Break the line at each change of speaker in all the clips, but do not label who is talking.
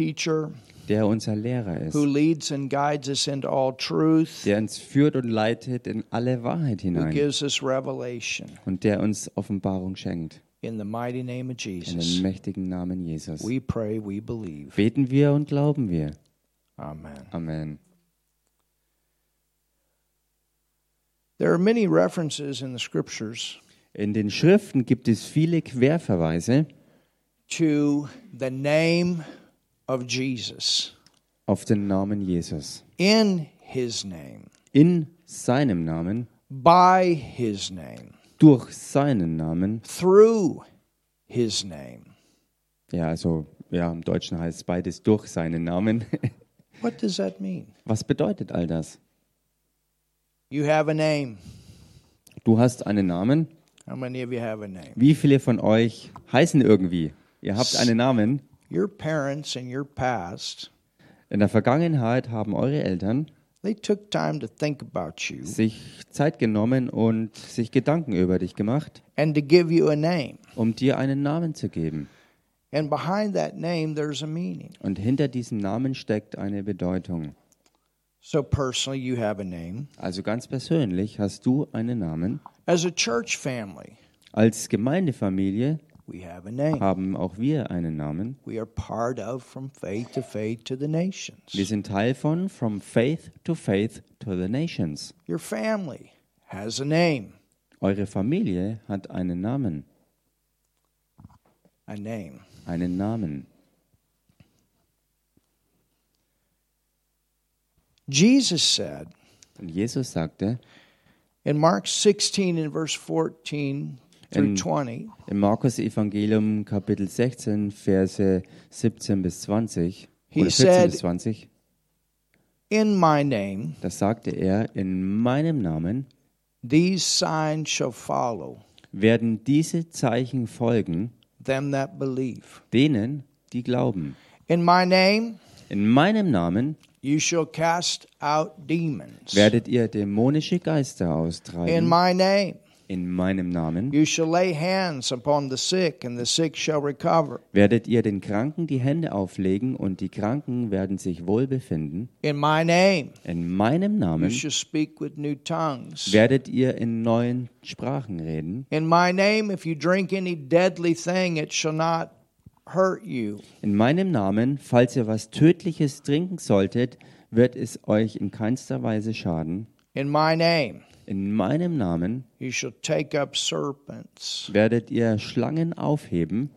teacher
der unser Lehrer ist,
who leads and guides us into all truth,
der uns führt und leitet in alle Wahrheit
who
hinein
gives us revelation.
und der uns Offenbarung schenkt.
In the mighty name of
In dem
Jesus,
mächtigen Namen Jesus.
we pray, we believe.
Beten wir und glauben wir.
Amen.
Amen.
There are many references in the scriptures
In den Schriften gibt es viele Querverweise
to the name of Jesus,
auf den Namen Jesus.
in his name,
In seinem Namen,
by his name,
durch seinen Namen.
through his name.
Ja, also ja, im Deutschen heißt es beides durch seinen Namen.
What does that mean?
Was bedeutet all das?
You have a name.
Du hast einen Namen.
How many of you have a name?
Wie viele von euch heißen irgendwie? Ihr habt einen Namen.
Your parents and your past,
In der Vergangenheit haben eure Eltern
they took time to think about you
sich Zeit genommen und sich Gedanken über dich gemacht,
and to give you a name.
um dir einen Namen zu geben.
And behind that name, there's a meaning.
Und hinter diesem Namen steckt eine Bedeutung.
So, personally, you have a name.
Also ganz persönlich hast du einen Namen.
As a church family,
Als Gemeindefamilie
we have a name.
haben auch wir einen Namen.
We are part of from faith to faith to the
Wir
nations.
sind Teil von From Faith to Faith to the Nations.
Your family has a name.
Eure Familie hat einen Namen.
A name.
Einen Namen.
Jesus said
Und Jesus sagte
in Mark 16 and verse 14 through
In-
20,
im Markus Evangelium Kapitel 16 Verse 17 bis 20
He
oder 14
said-
bis 20,
In my name,
das sagte er, in meinem Namen
these signs shall follow
werden diese Zeichen folgen,
them that believe.
denen, die glauben.
In my name,
In meinem Namen
you shall cast out demons.
werdet ihr dämonische Geister
In
austreiben.
my name,
In meinem Namen
you shall lay hands upon the sick, and the sick shall recover.
werdet ihr den Kranken die Hände auflegen und die Kranken werden sich wohl befinden.
In my name,
In meinem
you
Namen
shall speak with new tongues.
werdet ihr in neuen Sprachen reden.
In my name, if you drink any deadly thing, it shall not hurt you.
In meinem Namen, falls ihr was Tödliches trinken solltet, wird es euch in keinster Weise schaden.
In my name,
In meinem Namen
you shall take up serpents.
werdet ihr Schlangen aufheben.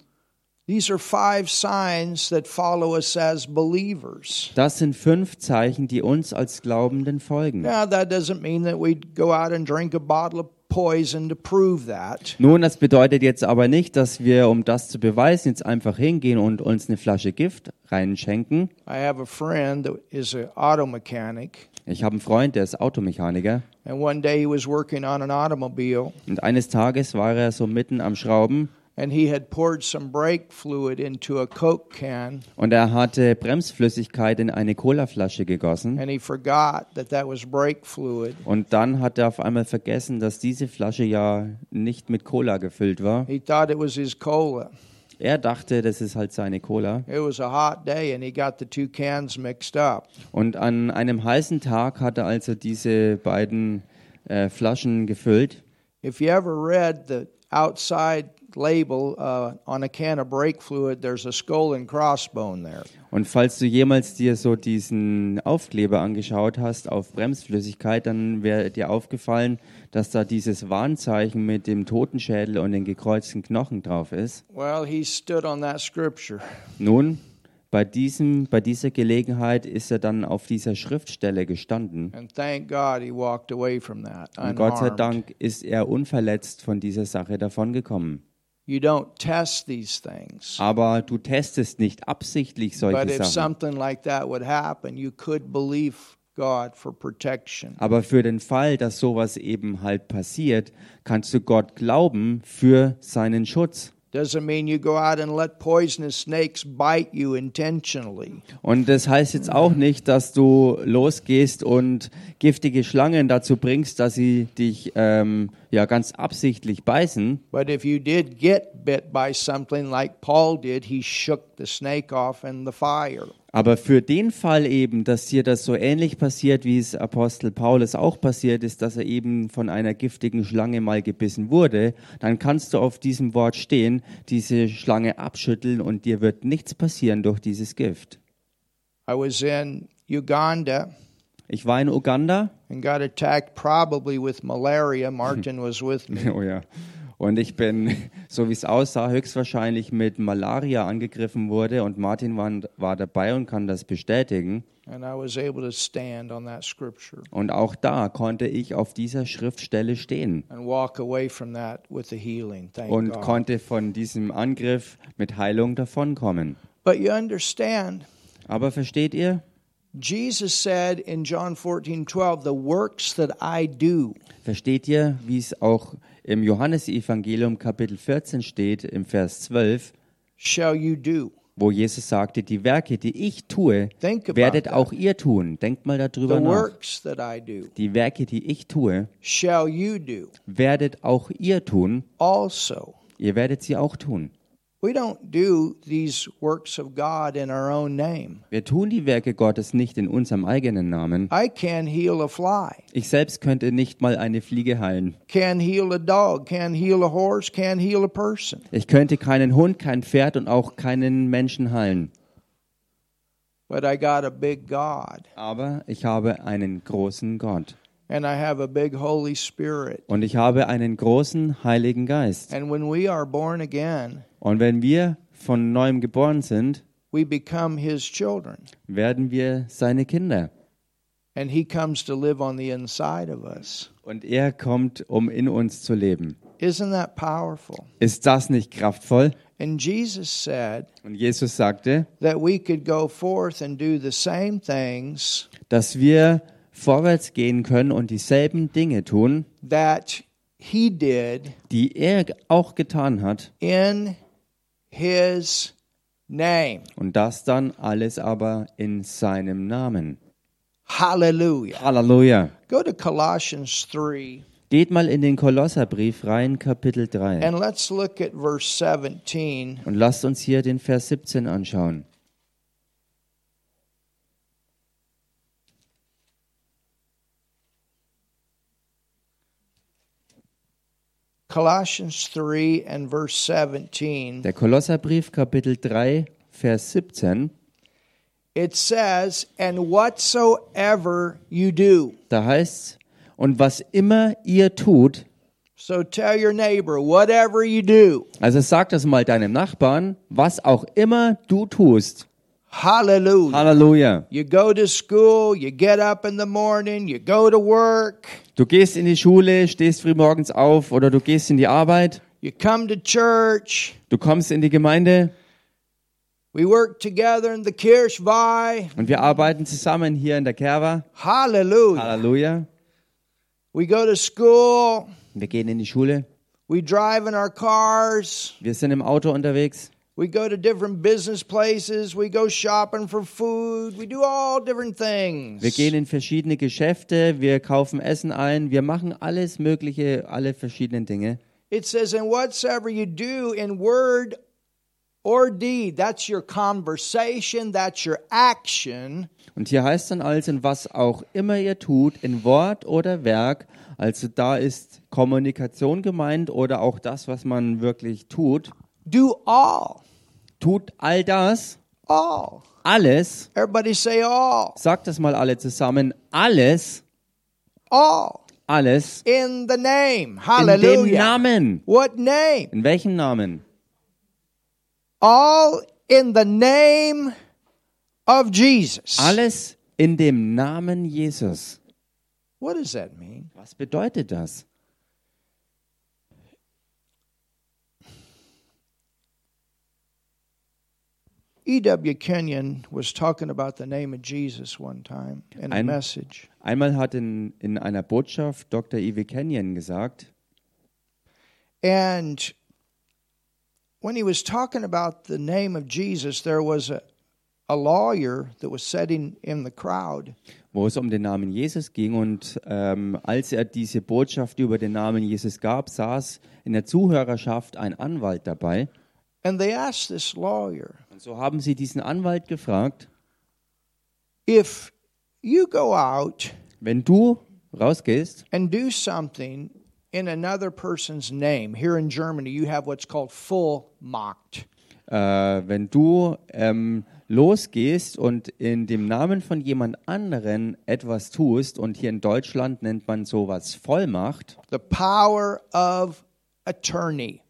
These are five signs that follow us as believers.
Das sind fünf Zeichen, die uns als Glaubenden folgen.
Now, that doesn't mean that we'd go out and drink a bottle of poison to prove that.
Nun, das bedeutet jetzt aber nicht, dass wir, um das zu beweisen, jetzt einfach hingehen und uns eine Flasche Gift reinschenken.
I have a friend that is an auto mechanic,
Ich habe einen Freund, der ist Automechaniker.
and one day he was working on an automobile,
Und eines Tages war er so mitten am Schrauben
and he had poured some brake fluid into a Coke can,
und er hatte Bremsflüssigkeit in eine Colaflasche gegossen.
and he forgot that that was brake fluid.
Und dann hat er auf einmal vergessen, dass diese Flasche ja nicht mit Cola gefüllt war.
He thought it was his cola.
Er dachte, das ist halt seine Cola.
It was a hot day, and he got the two cans mixed up.
Und an einem heißen Tag hat er also diese beiden äh, Flaschen gefüllt.
If you ever read the outside label uh, on a can of brake fluid, there's a skull and crossbone there.
Und falls du jemals dir so diesen Aufkleber angeschaut hast auf Bremsflüssigkeit, dann wäre dir aufgefallen, dass da dieses Warnzeichen mit dem Totenschädel und den gekreuzten Knochen drauf ist.
Well, he stood on that scripture.
Nun, bei, diesem, bei dieser Gelegenheit ist er dann auf dieser Schriftstelle gestanden.
And thank God he walked away from that.
Und Gott sei
unharmed.
Dank ist er unverletzt von dieser Sache davongekommen.
You don't test these things.
Aber du testest nicht absichtlich
But
solche
if
Sachen.
something like that would happen, you could believe God for protection.
Aber für den Fall, dass sowas eben halt passiert, kannst du Gott glauben für seinen Schutz.
Doesn't mean you go out and let poisonous snakes bite you intentionally.
Und das heißt jetzt auch nicht, dass du losgehst und giftige Schlangen dazu bringst, dass sie dich ähm, ja ganz absichtlich beißen.
But if you did get bit by something like Paul did, he shook the snake off in the fire.
Aber für den Fall eben, dass dir das so ähnlich passiert, wie es Apostel Paulus auch passiert ist, dass er eben von einer giftigen Schlange mal gebissen wurde, dann kannst du auf diesem Wort stehen, diese Schlange abschütteln und dir wird nichts passieren durch dieses Gift.
I was in Uganda
Ich war in Uganda
and got attacked probably with malaria. Martin was with me.
Oh ja. Und ich bin, so wie es aussah, höchstwahrscheinlich mit Malaria angegriffen wurde und Martin war, war dabei und kann das bestätigen.
And I was able to stand on that scripture
Und auch da konnte ich auf dieser Schriftstelle stehen
and walk away from that with the healing. Thank
und
God.
konnte von diesem Angriff mit Heilung davonkommen.
but you understand,
Aber versteht ihr?
Jesus said in John 14 12, the works that I do.
Versteht ihr, wie es auch im Johannesevangelium Kapitel 14 steht, im Vers 12,
shall you do?
wo Jesus sagte, die Werke, die ich tue,
Think about
werdet
that.
auch ihr tun. Denkt mal
The
darüber nach.
works that I do
Die Werke, die ich tue,
shall you do
werdet auch ihr tun,
also.
ihr werdet sie auch tun.
We don't do these works of God in our own name.
Wir tun die Werke Gottes nicht in unserem eigenen Namen.
I can heal a fly,
Ich selbst könnte nicht mal eine Fliege heilen.
can heal a dog, can heal a horse, can heal a person.
Ich könnte keinen Hund, kein Pferd und auch keinen Menschen heilen.
But I got a big God,
Aber ich habe einen großen Gott.
and I have a big Holy Spirit.
Und ich habe einen großen Heiligen Geist.
And when we are born again,
Und wenn wir von neuem geboren sind,
we become His children,
werden wir seine Kinder.
and He comes to live on the inside of us.
Und er kommt, um in uns zu leben.
Isn't that powerful?
Ist das nicht kraftvoll?
And Jesus said,
Und Jesus sagte,
that we could go forth and do the same things
dass wir vorwärts gehen können und dieselben Dinge tun,
that he did
die er auch getan hat.
in his name.
Und das dann alles aber in seinem Namen.
Hallelujah.
Halleluja.
Go to Colossians 3
Geht mal in den Kolosserbrief rein, Kapitel 3.
and let's look at verse 17.
Und lasst uns hier den Vers 17 anschauen.
Colossians 3 and verse 17.
Der Kolosserbrief, Kapitel 3, Vers 17.
It says, And whatsoever you do.
Da heißt's, und was immer ihr tut,
So tell your neighbor, whatever you do.
also sag das mal deinem Nachbarn, was auch immer du tust.
Hallelujah.
Halleluja.
You go to school, you get up in the morning, you go to work,
Du gehst in die Schule, stehst frühmorgens auf oder du gehst in die Arbeit,
you come to church,
du kommst in die Gemeinde
we work together in the Kirchweih.
und wir arbeiten zusammen hier in der Kerwa.
Hallelujah.
Halleluja.
We go to school,
Wir gehen in die Schule,
we drive in our cars,
wir sind im Auto unterwegs,
we go to different business places, we go shopping for food, we do all different things.
wir gehen in verschiedene Geschäfte, wir kaufen Essen ein, wir machen alles Mögliche, alle verschiedenen Dinge.
It says, And whatsoever you do in word or deed, that's your conversation, that's your action.
Und hier heißt dann also, in was auch immer ihr tut, in Wort oder Werk, also da ist Kommunikation gemeint oder auch das, was man wirklich tut,
Do all,
tut all das,
all.
alles,
Everybody say all,
sagt das mal alle zusammen, alles,
all
alles
in the name.
in dem
Hallelujah.
Namen.
What name?
In welchem Namen?
All in the name of Jesus.
Alles in dem Namen Jesus.
What does that mean?
Was bedeutet das?
E.W. E Kenyon was talking about the name of Jesus one time in a
Ein-
message.
Einmal hat in, in einer Botschaft Dr. Iwe Kenyon gesagt,
And when he was talking about the name of Jesus, there was a, a lawyer that was sitting in the crowd.
wo es um den Namen Jesus ging. Und ähm, als er diese Botschaft über den Namen Jesus gab, saß in der Zuhörerschaft ein Anwalt dabei.
And they asked this lawyer,
Und so haben sie diesen Anwalt gefragt,
if you go out
wenn du rausgehst
and do something in another person's name, here in Germany, you have what's called full mocked.
äh, wenn du ähm, losgehst und in dem Namen von jemand anderen etwas tust, und hier in Deutschland nennt man sowas Vollmacht,
The power of attorney.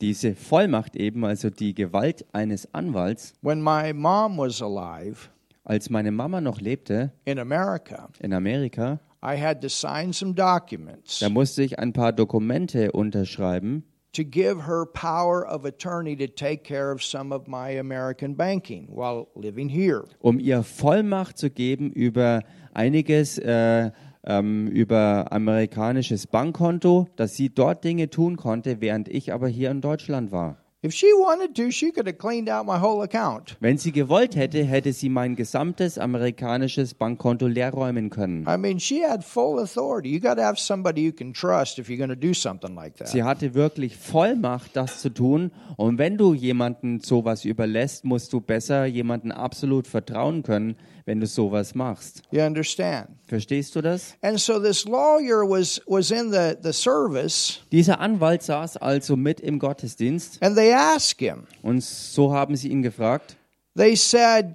diese Vollmacht eben, also die Gewalt eines Anwalts,
When my mom was alive
als meine Mama noch lebte
in America,
in Amerika,
I had to sign some documents
da musste ich ein paar Dokumente unterschreiben,
to give her power of attorney to take care of some of my American banking while living here.
um ihr Vollmacht zu geben über einiges, äh, ähm, über amerikanisches Bankkonto, dass sie dort Dinge tun konnte, während ich aber hier in Deutschland war.
If she wanted to, she could have cleaned out my whole account.
Wenn sie gewollt hätte, hätte sie mein gesamtes amerikanisches Bankkonto leerräumen können.
I mean, she had full authority. You got to have somebody you can trust if you're going to do something like that.
Sie hatte wirklich Vollmacht, das zu tun. Und wenn du jemanden sowas überlässt, musst du besser jemanden absolut vertrauen können, wenn du sowas machst.
You understand?
Verstehst du das?
And so this lawyer was was in the the service,
Dieser Anwalt saß also mit im Gottesdienst
and they asked him.
Und so haben sie ihn gefragt,
They said,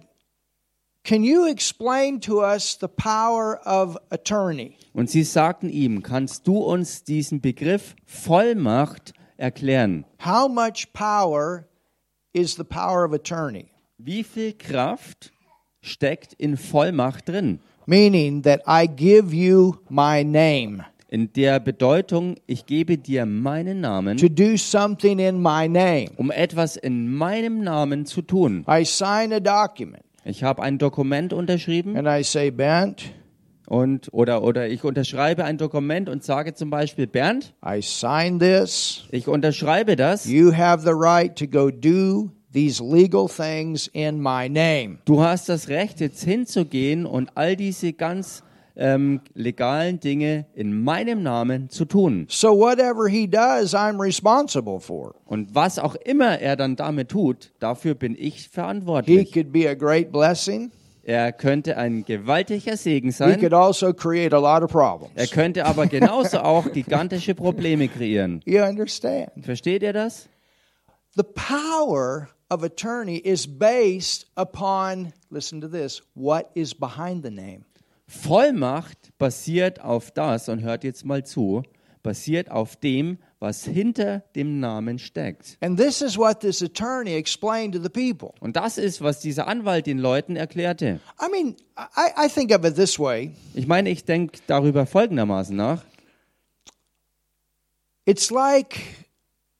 "Can you explain to us the power of attorney?"
und sie sagten ihm, kannst du uns diesen Begriff Vollmacht erklären?
How much power is the power of attorney?
Wie viel Kraft steckt in Vollmacht drin?
Meaning that I give you my name
In der Bedeutung, ich gebe dir meinen Namen,
to do something in my name.
um etwas in meinem Namen zu tun.
I sign a document
Ich habe ein Dokument unterschrieben
and I say, Bent,
und oder oder ich unterschreibe ein Dokument und sage zum Beispiel Bernd,
I sign this.
ich unterschreibe das.
You have the right to go do these legal things in my name.
Du hast das Recht, jetzt hinzugehen und all diese ganz ähm, legalen Dinge in meinem Namen zu tun.
So whatever he does, I'm responsible for.
Und was auch immer er dann damit tut, dafür bin ich
He
verantwortlich.
could be a great blessing.
Er könnte ein gewaltiger Segen
He
sein,
could also create a lot of
er
problems.
könnte aber genauso auch gigantische Probleme kreieren.
You understand?
Versteht ihr das?
The power of attorney is based upon, listen to this, what is behind the name.
Vollmacht basiert auf das, und hört jetzt mal zu, basiert auf dem, was hinter dem Namen steckt.
And this is what this attorney explained to the people.
Und das ist, was dieser Anwalt den Leuten erklärte.
I mean, I, I think of it this way
Ich meine, ich denke darüber folgendermaßen nach.
it's like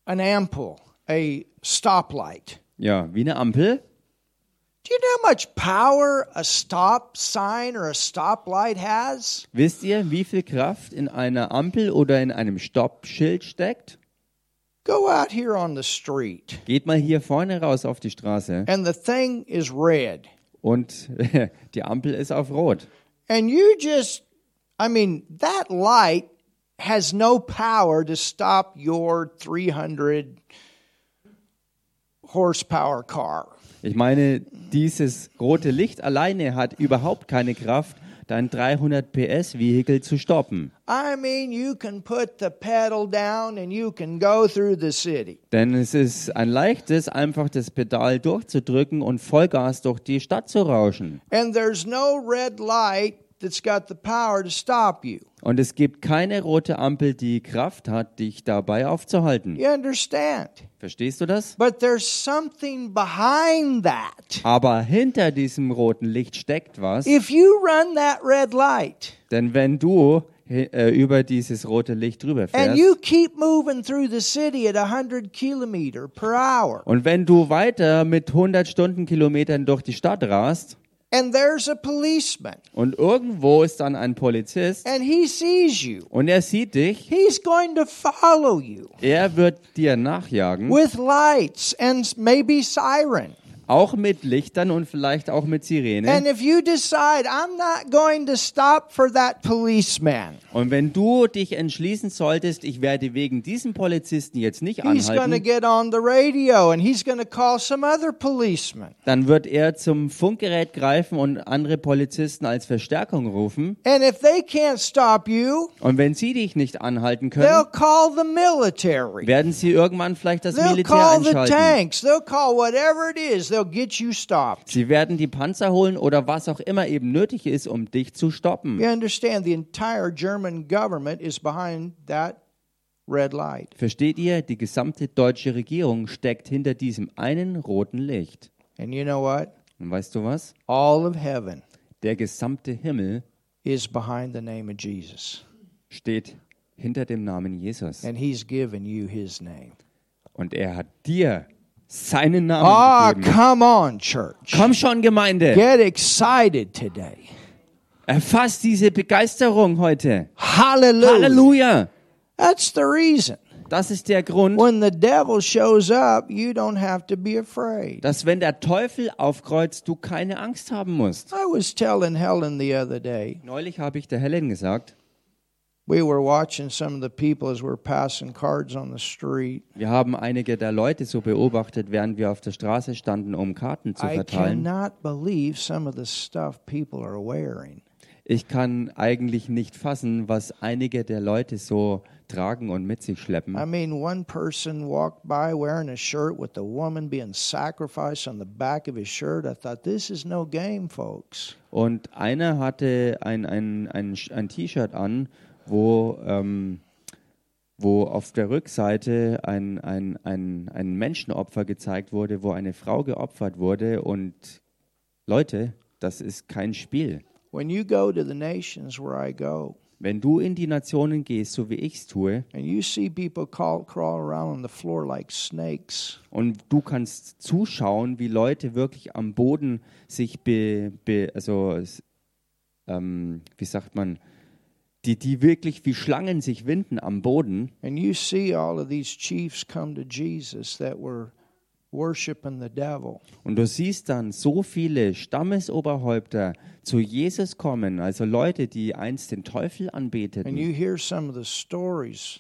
an ample, a stoplight.
Ja, wie eine Ampel.
Do you know how much power a stop sign or a stoplight has?
Wisst ihr, wie viel Kraft in einer Ampel oder in einem Stoppschild steckt?
Go out here on the street
Geht mal hier vorne raus auf die Straße
and the thing is red.
und die Ampel ist auf Rot.
And you just, I mean, that light has no power to stop your 300 horsepower car.
Ich meine, dieses rote Licht alleine hat überhaupt keine Kraft, dein 300 PS Vehikel zu stoppen.
I mean, you can put the pedal down and you can go through the city.
Denn es ist ein leichtes, einfach das Pedal durchzudrücken und Vollgas durch die Stadt zu rauschen.
And there's no red light that's got the power to stop you.
Und es gibt keine rote Ampel, die Kraft hat, dich dabei aufzuhalten.
You understand?
Verstehst du das?
But there's something behind that.
Aber hinter diesem roten Licht steckt was.
If you run that red light
Denn wenn du äh, über dieses rote Licht drüber
and
fährst
you keep moving through the city at 100 kilometer per hour
und wenn du weiter mit 100 Stundenkilometern durch die Stadt rast
and there's a policeman,
Und irgendwo ist dann ein Polizist
and he sees you.
und er sieht dich.
He's going to follow you
Er wird dir nachjagen,
with lights and maybe siren.
auch mit Lichtern und vielleicht auch mit Sirenen.
And if you decide, I'm not going to stop for that policeman,
Und wenn du dich entschließen solltest, ich werde wegen diesem Polizisten jetzt nicht
he's going to
anhalten,
get on the radio and he's going to call some other policeman.
dann wird er zum Funkgerät greifen und andere Polizisten als Verstärkung rufen.
And if they can't stop you,
Und wenn sie dich nicht anhalten
they'll
können,
call the military.
werden sie irgendwann vielleicht das
They'll
Militär
call the
einschalten.
tanks. They'll call whatever it is. They'll get you stopped.
Sie werden die Panzer holen oder was auch immer eben nötig ist, um dich zu stoppen.
You understand the entire German government is behind that red light.
Versteht ihr? Die gesamte deutsche Regierung steckt hinter diesem einen roten Licht.
And you know what?
Und weißt du was?
All of heaven
Der gesamte Himmel
is behind the name of Jesus.
steht hinter dem Namen Jesus.
And he's given you his name.
Und er hat dir seinen
Ah,
Namen gegeben.
come on, church.
Komm schon, Gemeinde.
Get excited today.
Erfasst diese Begeisterung heute.
Hallelujah.
Halleluja.
That's the reason.
Das ist der Grund,
When the devil shows up, you don't have to be afraid.
dass wenn der Teufel aufkreuzt, du keine Angst haben musst.
I was telling Helen the other day,
Neulich habe ich der Helen gesagt,
we were watching some of the people as we're passing cards on the street.
wir haben einige der Leute so beobachtet, während wir auf der Straße standen, um Karten zu
I
verteilen.
cannot believe some of the stuff people are wearing.
Ich kann eigentlich nicht fassen, was einige der Leute so tragen und mit sich schleppen.
I mean, one person walked by wearing a shirt with a woman being sacrificed on the back of his shirt. I thought, this is no game, folks.
Und einer hatte ein, ein, ein, Sch- ein T-Shirt an, wo, ähm, wo auf der Rückseite ein, ein, ein, ein Menschenopfer gezeigt wurde, wo eine Frau geopfert wurde. Und Leute, das ist kein Spiel.
When you go to the nations where I go,
Wenn du in die Nationen gehst, so wie ich es tue,
and you see people call, crawl around on the floor like snakes,
und du kannst zuschauen, wie Leute wirklich am Boden sich, be, be, also, s- ähm, wie sagt man, die, die wirklich wie Schlangen sich winden am Boden,
and you see all of these chiefs come to Jesus that were worshiping the devil,
Und du siehst dann so viele Stammesoberhäupter zu Jesus kommen, also Leute, die einst den Teufel
and
anbeteten.
you hear some of the stories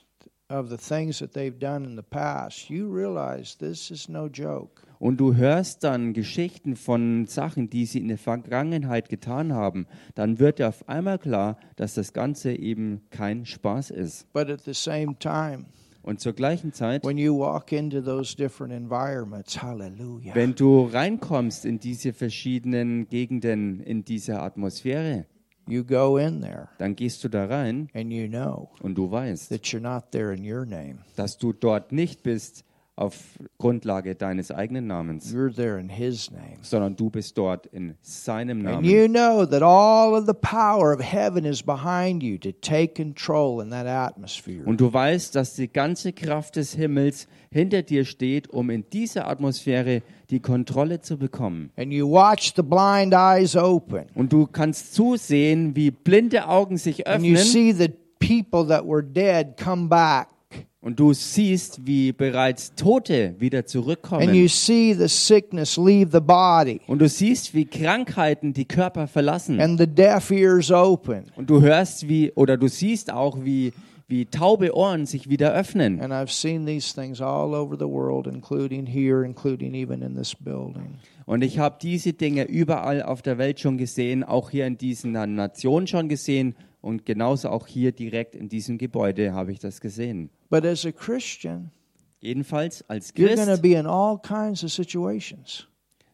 of the things that they've done in the past, you realize this is no joke.
Und du hörst dann Geschichten von Sachen, die sie in der Vergangenheit getan haben. Dann wird dir auf einmal klar, dass das Ganze eben kein Spaß ist.
But at the same time,
Und zur gleichen Zeit,
when you walk into those different environments, hallelujah,
wenn du reinkommst in diese verschiedenen Gegenden, in diese Atmosphäre,
you go in there
dann gehst du da rein
and you know
und du weißt,
that you're not there in your name,
dass du dort nicht bist auf Grundlage deines eigenen Namens,
you're there in His name.
sondern du bist dort in seinem
Um, And
Namen.
you know that all of the power of heaven is behind you to take control in that atmosphere.
Und du weißt, dass die ganze Kraft des Himmels hinter dir steht, um in dieser Atmosphäre die Kontrolle zu bekommen.
And you watch the blind eyes open.
Und du kannst zusehen, wie blinde Augen sich
And you
öffnen
see the people that were dead come back.
und du siehst, wie bereits Tote wieder
And you
zurückkommen.
see the sickness leave the body.
Und du siehst, wie Krankheiten die Körper verlassen.
And the deaf ears open.
Und du hörst, wie, oder du siehst auch, wie, wie taube Ohren sich wieder öffnen.
And I've seen these things all over the world, including here, including even in this building.
Und ich habe diese Dinge überall auf der Welt schon gesehen, auch hier in diesen Nationen schon gesehen und genauso auch hier direkt in diesem Gebäude habe ich das gesehen.
But as a Christian,
Jedenfalls als
you're going to
Christ,
be in all kinds of situations.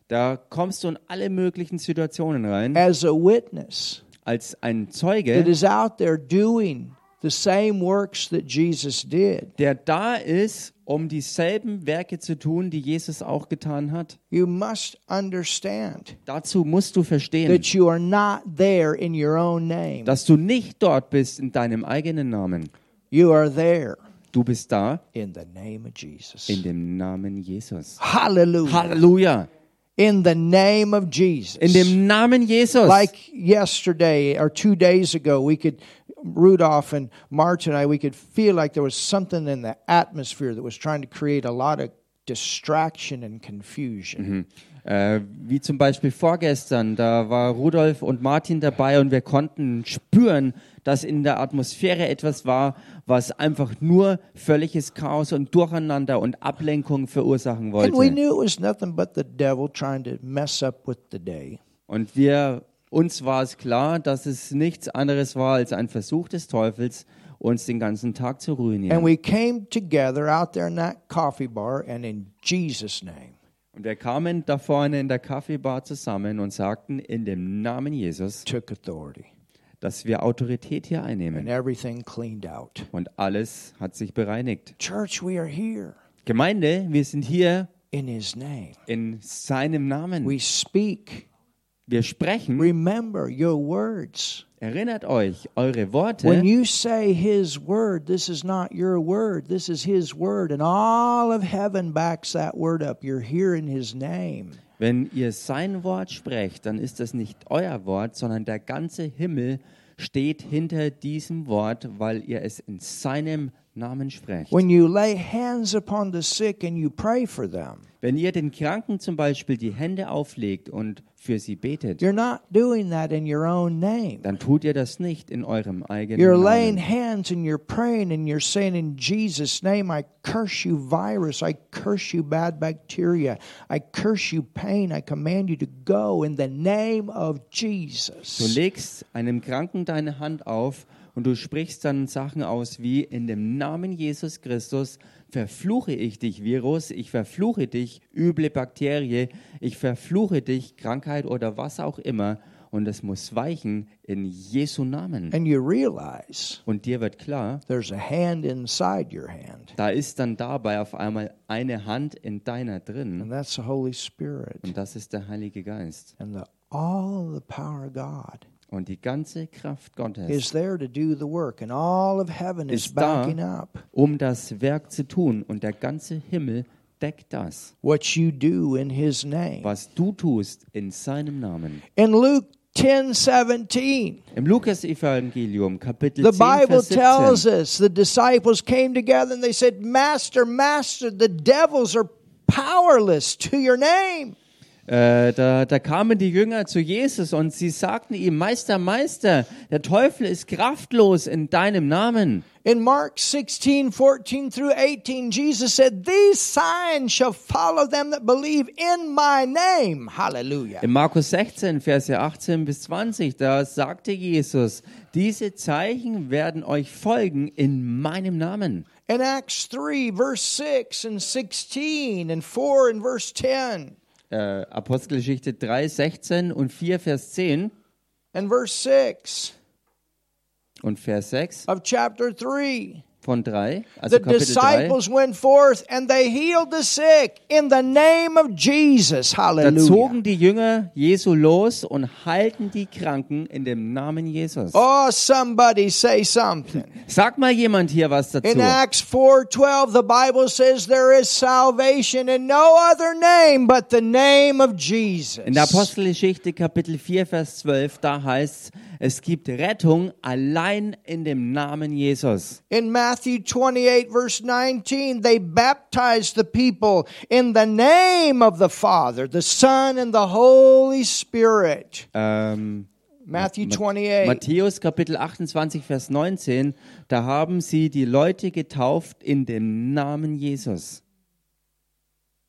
da kommst du in alle möglichen Situationen rein.
As a witness,
Als ein
that
Zeuge,
is out there doing the same works that Jesus did.
der da ist, um dieselben Werke zu tun, die Jesus auch getan hat.
You must understand
Dazu musst du verstehen,
that you are not there in your own name.
dass du nicht dort bist in deinem eigenen Namen.
You are there
Du bist da
in the name of Jesus.
in dem Namen Jesus.
Hallelujah.
Halleluja!
in the name of Jesus.
In dem Namen Jesus.
like yesterday or two days ago, we could, Rudolph and March and I, we could feel like there was something in the atmosphere that was trying to create a lot of distraction and confusion.
Äh, wie zum Beispiel vorgestern, da war Rudolf und Martin dabei und wir konnten spüren, dass in der Atmosphäre etwas war, was einfach nur völliges Chaos und Durcheinander und Ablenkung verursachen
And we
wollte.
knew it was nothing but the devil trying to mess up with the day.
Und wir, uns war es klar, dass es nichts anderes war als ein Versuch des Teufels, uns den ganzen Tag zu
And
ruinieren.
we came together out there in that coffee bar, and in Jesus' name,
Und wir kamen da vorne in der Kaffeebar zusammen und sagten in dem Namen Jesus,
took authority.
dass wir Autorität hier einnehmen.
And everything cleaned out.
Und alles hat sich bereinigt.
Church, we are here
Gemeinde, wir sind hier
in His name.
in seinem Namen.
We speak.
Wir sprechen.
Remember your words.
Erinnert euch, eure
When
Worte,
you say His word, this is not your word, this is His word. And all of heaven backs that word up. You're here in His name.
wenn ihr sein Wort sprecht, dann ist das nicht euer Wort, sondern der ganze Himmel steht hinter diesem Wort, weil ihr es in seinem Namen sprecht.
When you lay hands upon the sick and you pray for them,
Wenn ihr den Kranken zum Beispiel die Hände auflegt und für sie betet,
you're not doing that in your own name.
dann tut ihr das nicht in eurem eigenen
You're laying
Namen.
hands and you're praying and you're saying, In Jesus' name, I curse you, virus. I curse you, bad bacteria. I curse you, pain. I command you to go in the name of
Du
Jesus.
legst einem Kranken deine Hand auf und du sprichst dann Sachen aus wie in dem Namen Jesus Christus verfluche ich dich Virus, ich verfluche dich üble Bakterie, ich verfluche dich Krankheit oder was auch immer und es muss weichen in Jesu Namen.
And you realize
Und dir wird klar,
there's a hand inside your hand,
da ist dann dabei auf einmal eine Hand in deiner drin
and that's the Holy Spirit
und das ist der Heilige Geist
and the, all the power of God.
und die ganze Kraft Gottes,
Is there to do the work, and all of heaven is
Ist da.
backing up.
um das Werk zu tun und der ganze Himmel deckt das.
What you do in His name.
was du tust in seinem Namen.
In Luke ten seventeen.
Im Lukas-Evangelium, Kapitel
The
10,
Bible
Vers 17,
tells us the disciples came together and they said, Master, Master, the devils are powerless to your name.
äh, da, da kamen die Jünger zu Jesus und sie sagten ihm, Meister, Meister, der Teufel ist kraftlos in deinem Namen.
In Mark 16, 14 through 18, Jesus said, These signs shall follow them that believe in my name. Hallelujah.
In Markus 16, Verse 18 bis 20, da sagte Jesus, diese Zeichen werden euch folgen in meinem Namen.
In Acts 3, verse 6 and 16 and 4 and verse 10
Äh, Apostelgeschichte 3, 16 und 4, Vers 10
and verse 6
und Vers 6
of chapter 3.
von 3, also
The
Kapitel 3.
disciples went forth and they healed the sick in the name of Jesus.
Da
Hallelujah.
zogen die Jünger Jesu los und heilten die Kranken in dem Namen Jesus.
Oh, somebody say something.
Sag mal jemand hier was dazu.
In Acts 4:12 the Bible says there is salvation in no other name but the name of Jesus.
In der Apostelgeschichte Kapitel 4, Vers 12, da heißt es gibt Rettung allein in dem Namen Jesus.
In Matthew 28 verse 19 they baptized the people in the name of the Father, the Son and the Holy Spirit.
Ähm,
Matthew 28
Matthäus Kapitel 28, Vers 19, da haben sie die Leute getauft in dem Namen Jesus.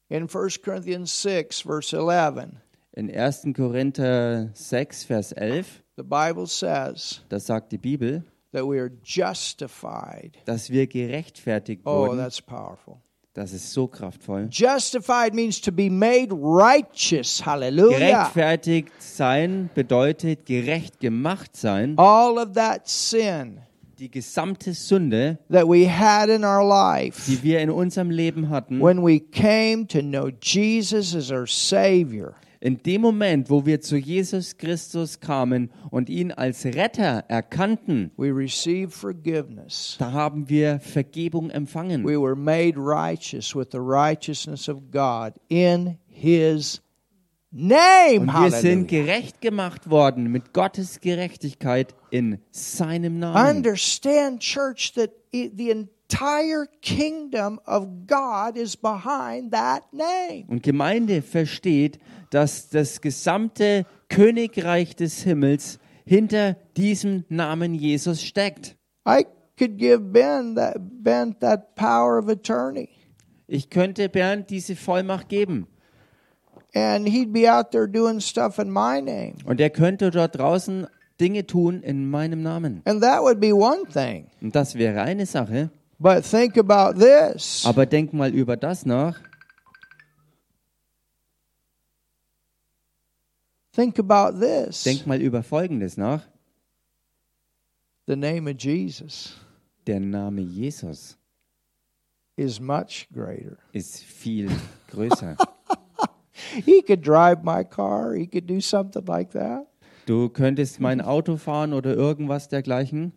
in 1 Corinthians 6 verse 11.
In 1. Korinther 6, Vers 11,
The Bible says
da sagt die Bibel,
that we are justified.
dass wir gerechtfertigt
Oh,
wurden
that's powerful.
Das ist so kraftvoll.
Justified means to be made righteous. Hallelujah.
Gerechtfertigt sein bedeutet gerecht gemacht sein.
All of that sin
Die gesamte Sünde,
that we had in our life
die wir in unserem Leben hatten,
when we came to know Jesus as our Savior,
in dem Moment, wo wir zu Jesus Christus kamen und ihn als Retter erkannten,
we received forgiveness.
da haben wir Vergebung empfangen.
We were made righteous with the righteousness of God in His name.
Und wir sind
Hallelujah.
gerecht gemacht worden mit Gottes Gerechtigkeit in seinem Namen.
Understand, church, that i- the entire kingdom of God is behind that name.
Und Gemeinde versteht, dass das gesamte Königreich des Himmels hinter diesem Namen Jesus steckt.
I could give Ben that Ben that power of attorney,
Ich könnte Bernd diese Vollmacht geben
and he'd be out there doing stuff in my name,
und er könnte dort draußen Dinge tun in meinem Namen.
and that would be one thing.
Und das wäre eine Sache.
But think about this:
Aber denk mal über das nach.
think about this.
Denk mal über Folgendes nach.
the name of Jesus
Der Name Jesus
is much greater.
ist viel größer.
He could drive my car. He could do something like that.
Du könntest mein Auto fahren oder irgendwas dergleichen.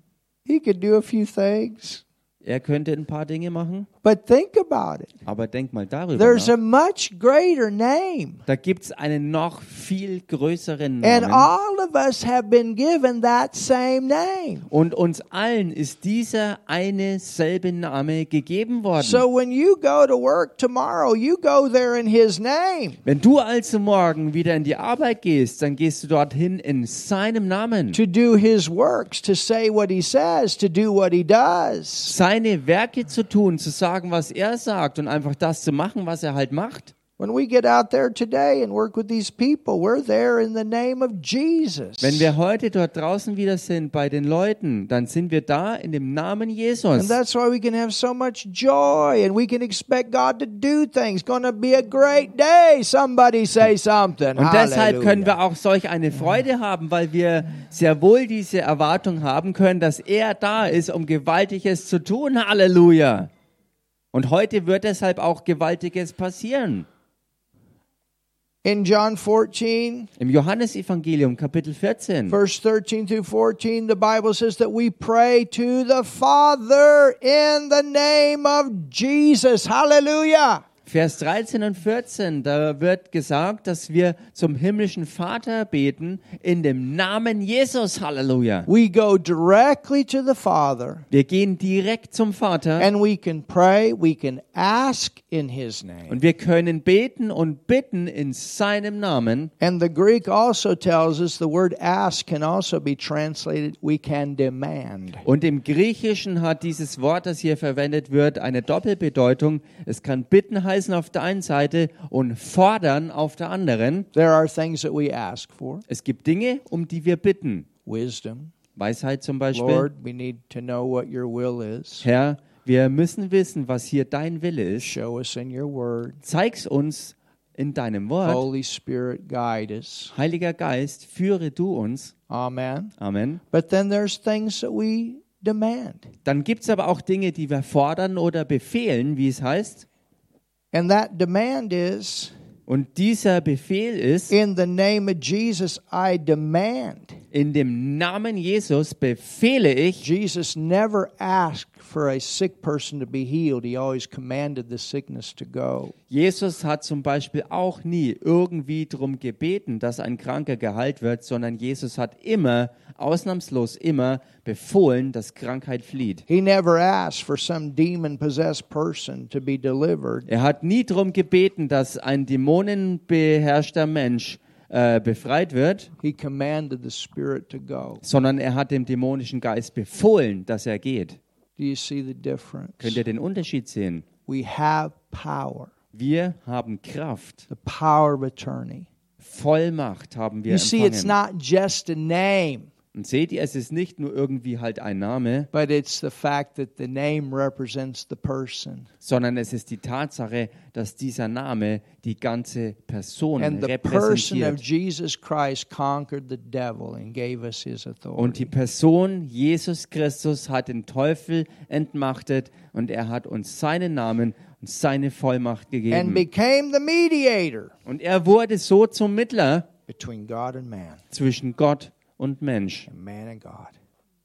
He could do a few things.
Er könnte ein paar Dinge machen.
But think about it.
Aber denk mal darüber
There's
nach.
a much greater name.
Da gibt es einen noch viel größeren
And
Namen.
all of us have been given that same name.
Und uns allen ist dieser eine selbe Name gegeben worden.
So when you go to work tomorrow, you go there in His name
Wenn du also morgen wieder in die Arbeit gehst, dann gehst du dorthin in seinem Namen.
to do His works, to say what He says, to do what He does.
Seine Werke zu tun, zu sagen, was er sagt und einfach das zu machen, was er halt macht.
When we get out there today and work with these people, we're there in the name of Jesus.
Wenn wir heute dort draußen wieder sind bei den Leuten, dann sind wir da in dem Namen
And
Jesus.
that's why we can have so much joy and we can expect God to do things. Going to be a great day. Somebody say something.
Und deshalb können
Hallelujah.
wir auch solch eine Freude haben, weil wir sehr wohl diese Erwartung haben können, dass er da ist, um Gewaltiges zu tun. Halleluja. Und heute wird deshalb auch Gewaltiges passieren.
In John 14,
Im Johannesevangelium Kapitel 14,
verse 13 through 14, the Bible says that we pray to the Father in the name of Jesus. Hallelujah.
Vers 13 und 14, da wird gesagt, dass wir zum himmlischen Vater beten in dem Namen Jesus. Halleluja.
We go directly to the Father
Wir gehen direkt zum Vater
and we can pray, we can ask in His name.
und wir können beten und bitten in seinem Namen.
And the Greek also tells us the word ask can also be translated, we can demand.
Und im Griechischen hat dieses Wort, das hier verwendet wird, eine Doppelbedeutung. Es kann bitten heißen auf der einen Seite und fordern auf der anderen.
There are things that we ask for
Es gibt Dinge, um die wir bitten.
wisdom.
Weisheit zum Beispiel.
Lord, we need to know what your will is.
Herr, wir müssen wissen, was hier dein Wille ist.
Show us in your word.
Zeig's uns in deinem Wort.
Holy Spirit, guide us.
Heiliger Geist, führe du uns.
Amen.
Amen.
But then there's things that we demand.
Dann gibt's aber auch Dinge, die wir fordern oder befehlen, wie es heißt.
And that demand is
Und dieser Befehl ist,
in the name of Jesus, I demand.
In dem Namen Jesus befehle ich,
Jesus never asked for a sick person to be healed, he always commanded the sickness to go.
Jesus hat zum Beispiel auch nie irgendwie darum gebeten, dass ein Kranker geheilt wird, sondern Jesus hat immer, ausnahmslos immer, befohlen, dass Krankheit flieht.
He never asked for some demon possessed person to be delivered.
Er hat nie darum gebeten, dass ein dämonenbeherrschter Mensch äh, befreit wird,
He commanded the spirit to go.
sondern er hat dem dämonischen Geist befohlen, dass er geht.
Do you see the difference?
Könnt ihr den Unterschied sehen?
We have power,
Wir haben Kraft,
the power of attorney.
Vollmacht haben wir
You see, it's
empfangen.
not just a name,
Und seht ihr, es ist nicht nur irgendwie halt ein Name,
but it's the fact that the name represents the person.
sondern es ist die Tatsache, dass dieser Name die ganze Person
And the person of
repräsentiert.
Jesus Christ conquered the devil and gave us his
Und die
authority.
Person Jesus Christus hat den Teufel entmachtet und er hat uns seinen Namen und seine Vollmacht
And
gegeben.
became the mediator
Und er wurde so zum Mittler
between God and man,
zwischen Gott und Mensch
and man and God.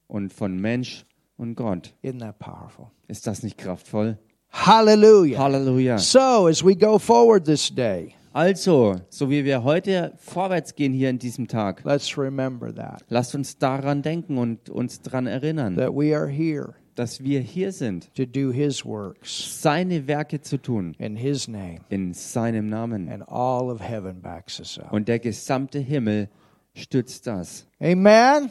und von Mensch und Gott.
Isn't that powerful?
Ist das nicht kraftvoll?
Hallelujah.
Halleluja.
So, as we go forward this day,
Also, so wie wir heute vorwärts gehen hier in diesem Tag,
Let's remember that,
lasst uns daran denken und uns daran erinnern,
that we are here
dass wir hier sind,
to do His works
seine Werke zu tun,
in His name.
in seinem Namen.
And all of heaven backs us up.
Und der gesamte Himmel stützt das.
Amen.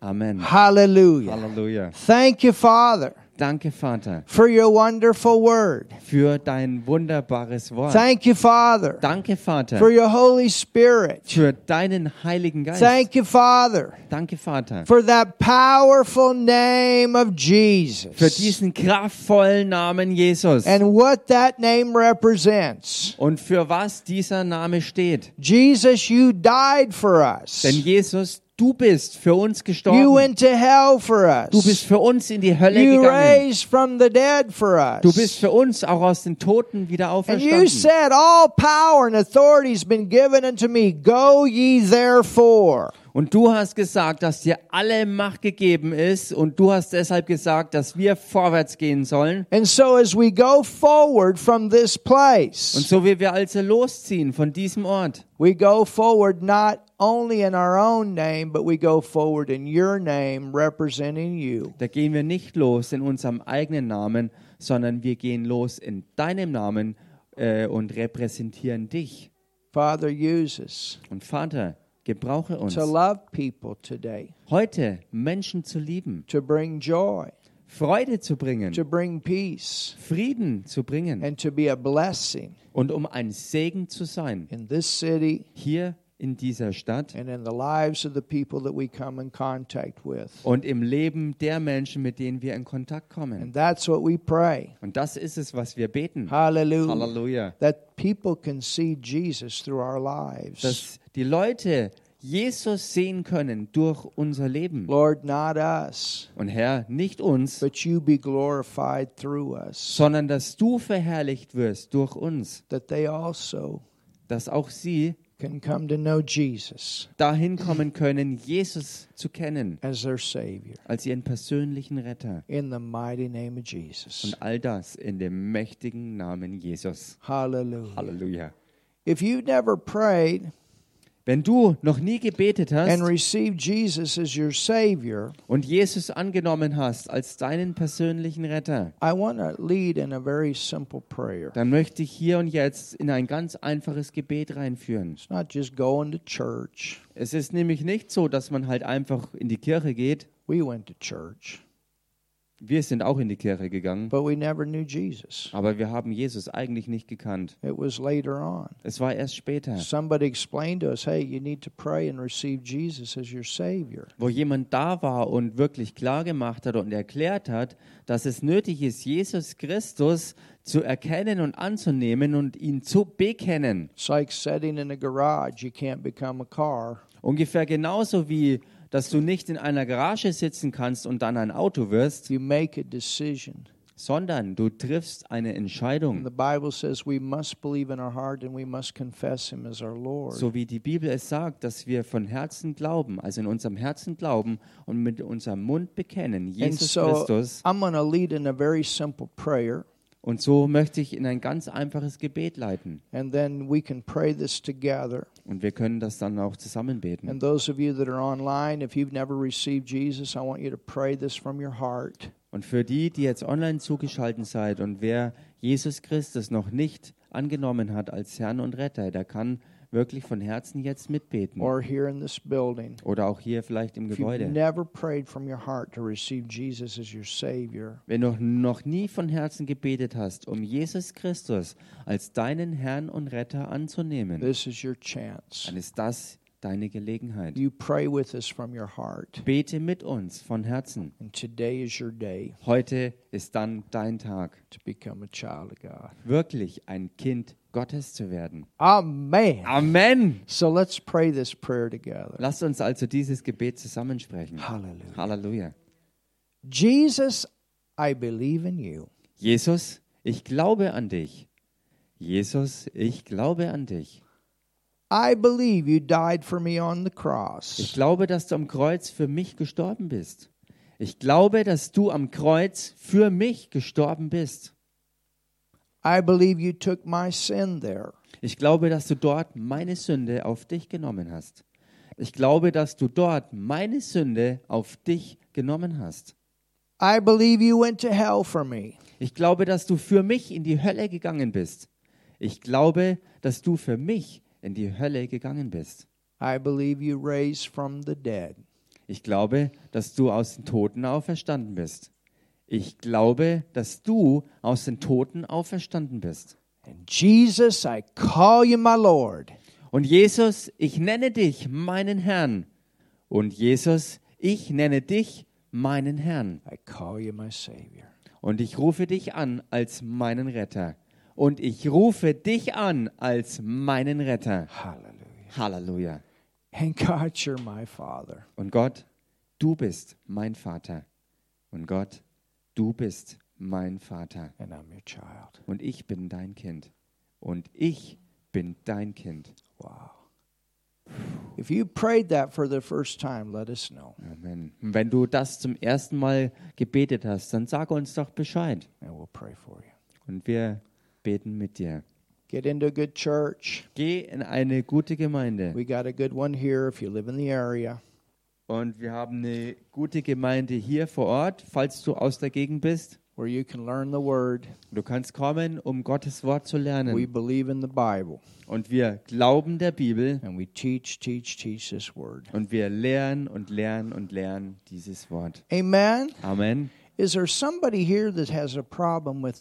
Amen.
Hallelujah.
Halleluja.
Thank you, Father,
Danke, Vater,
for your wonderful word.
für dein wunderbares Wort.
Thank you, Father,
Danke, Vater,
for your Holy Spirit.
für deinen Heiligen Geist.
Thank you, Father,
Danke, Vater,
for that powerful name of
für
Jesus
diesen kraftvollen Namen Jesus
and what that name represents.
und für was dieser Name steht.
Jesus, you died for us.
Denn Jesus, du bist für uns
You
gestorben.
went to hell for
Du bist
us.
für uns in die Hölle
You
gegangen.
raised from the dead for us.
Du bist für uns auch aus den Toten wieder
And you
auferstanden.
said, All power and authority has been given unto me. Go ye therefore.
Und du hast gesagt, dass dir alle Macht gegeben ist und du hast deshalb gesagt, dass wir vorwärts gehen sollen.
And so, as we go forward from this
Und
place,
so wie wir also losziehen von diesem Ort,
we go forward not only in our own name, but we go forward in your name, representing you.
da gehen wir nicht los in unserem eigenen Namen, sondern wir gehen los in deinem Namen äh, und repräsentieren dich.
Father, use us
Und Vater, gebrauche uns
to love people today,
heute Menschen zu lieben,
to bring joy,
Freude zu bringen,
to bring peace,
Frieden zu bringen
and to be a blessing
und um ein Segen zu sein,
in this city
hier in dieser Stadt
and in the lives of the people that we come in contact with.
und im Leben der Menschen, mit denen wir in Kontakt kommen.
And that's what we pray.
Und das ist es, was wir beten.
Hallelujah.
Halleluja.
That people can see Jesus through our lives.
Dass die Leute Jesus sehen können durch unser Leben.
Lord, not us,
Und Herr, nicht uns,
but you be glorified through us.
sondern dass du verherrlicht wirst durch uns,
That they also
dass auch sie
can come to know Jesus
dahin kommen können, Jesus zu kennen
as their Savior.
als ihren persönlichen Retter.
In the mighty name of Jesus.
Und all das in dem mächtigen Namen Jesus.
Hallelujah.
Halleluja.
If you've never prayed
Wenn du noch nie gebetet
and
hast
received Jesus as your Savior,
und Jesus angenommen hast als deinen persönlichen Retter,
I want to lead in a very simple prayer.
dann möchte ich hier und jetzt in ein ganz einfaches Gebet reinführen.
It's not just going to church.
Es ist nämlich nicht so, dass man halt einfach in die Kirche geht.
We went to church,
Wir sind auch in die Kirche gegangen,
but we never knew Jesus.
aber wir haben Jesus eigentlich nicht gekannt.
It was later on.
Es war erst später,
Somebody explained to us, hey, you need to pray and receive Jesus as your Savior.
wo jemand da war und wirklich klar gemacht hat und erklärt hat, dass es nötig ist, Jesus Christus zu erkennen und anzunehmen und ihn zu bekennen.
It's like sitting in a garage. You can't become a car.
Ungefähr genauso wie, dass du nicht in einer Garage sitzen kannst und dann ein Auto wirst,
You make a decision.
sondern du triffst eine
And
Entscheidung,
the Bible says we must believe in our heart and we must confess Him as our Lord.
so wie die Bibel es sagt, dass wir von Herzen glauben, also in unserem Herzen glauben und mit unserem Mund bekennen,
and
Jesus
so
Christus.
I'm going to lead in a very simple prayer,
Und so möchte ich in ein ganz einfaches Gebet leiten.
and then we can pray this together.
Und wir können das dann auch zusammen beten.
And those of you that are online, if you've never received Jesus, I want you to pray this from your heart.
Und für die, die jetzt online zugeschaltet seid und wer Jesus Christus noch nicht angenommen hat als Herrn und Retter, der kann wirklich von Herzen jetzt mitbeten.
or here in this building.
Oder auch hier vielleicht im
If ne- you've
Gebäude.
never prayed from your heart to receive Jesus as your Savior,
Wenn du noch nie von Herzen gebetet hast, um Jesus Christus als deinen Herrn und Retter anzunehmen,
this is your chance.
dann ist das deine Gelegenheit.
You pray with us from your heart,
Bete mit uns von Herzen.
and today is your day
Heute ist dann dein Tag,
to become a child of God.
wirklich ein Kind Gottes zu werden.
Amen.
Amen!
So let's pray this prayer together.
Lasst uns also dieses Gebet zusammensprechen.
Hallelujah.
Halleluja.
Jesus, I believe in you.
Jesus, ich glaube an dich. Jesus, ich glaube an dich.
I believe you died for me on the
Ich
cross.
glaube, dass du am Kreuz für mich gestorben bist. Ich glaube, dass du am Kreuz für mich gestorben bist.
I believe you took my sin there.
Ich glaube, dass du dort meine Sünde auf dich genommen hast. Ich glaube, dass du dort meine Sünde auf dich genommen hast.
I believe you went to hell for me.
Ich glaube, dass du für mich in die Hölle gegangen bist. Ich glaube, dass du für mich in die Hölle gegangen bist.
I believe you raised from the dead.
Ich glaube, dass du aus den Toten auferstanden bist. Ich glaube, dass du aus den Toten auferstanden bist.
And Jesus, I call you my Lord.
Und Jesus, ich nenne dich meinen Herrn. Und Jesus, ich nenne dich meinen Herrn.
I call you my Savior.
Und ich rufe dich an als meinen Retter. Und ich rufe dich an als meinen Retter.
Hallelujah.
Halleluja.
And God, you're my Father.
Und Gott, du bist mein Vater. Und Gott, du bist mein Vater.
And I'm your child.
Und ich bin dein Kind. Und ich bin dein Kind.
Wow. If you prayed that for the first time, let us know.
Amen. Und Wenn du das zum ersten Mal gebetet hast, dann sag uns doch Bescheid.
And we'll pray for you.
Und wir beten mit dir.
Get into a good church.
Geh in eine gute Gemeinde.
We got a good one here if you live in the area.
Und wir haben eine gute Gemeinde hier vor Ort, falls du aus der Gegend bist.
where you can learn the word.
Du kannst kommen, um Gottes Wort zu
We
lernen.
believe in the Bible
Und wir glauben der Bibel
and we teach, teach, teach this word.
und wir lernen und lernen und lernen dieses Wort.
Amen.
Amen.
Is there somebody here that has a problem with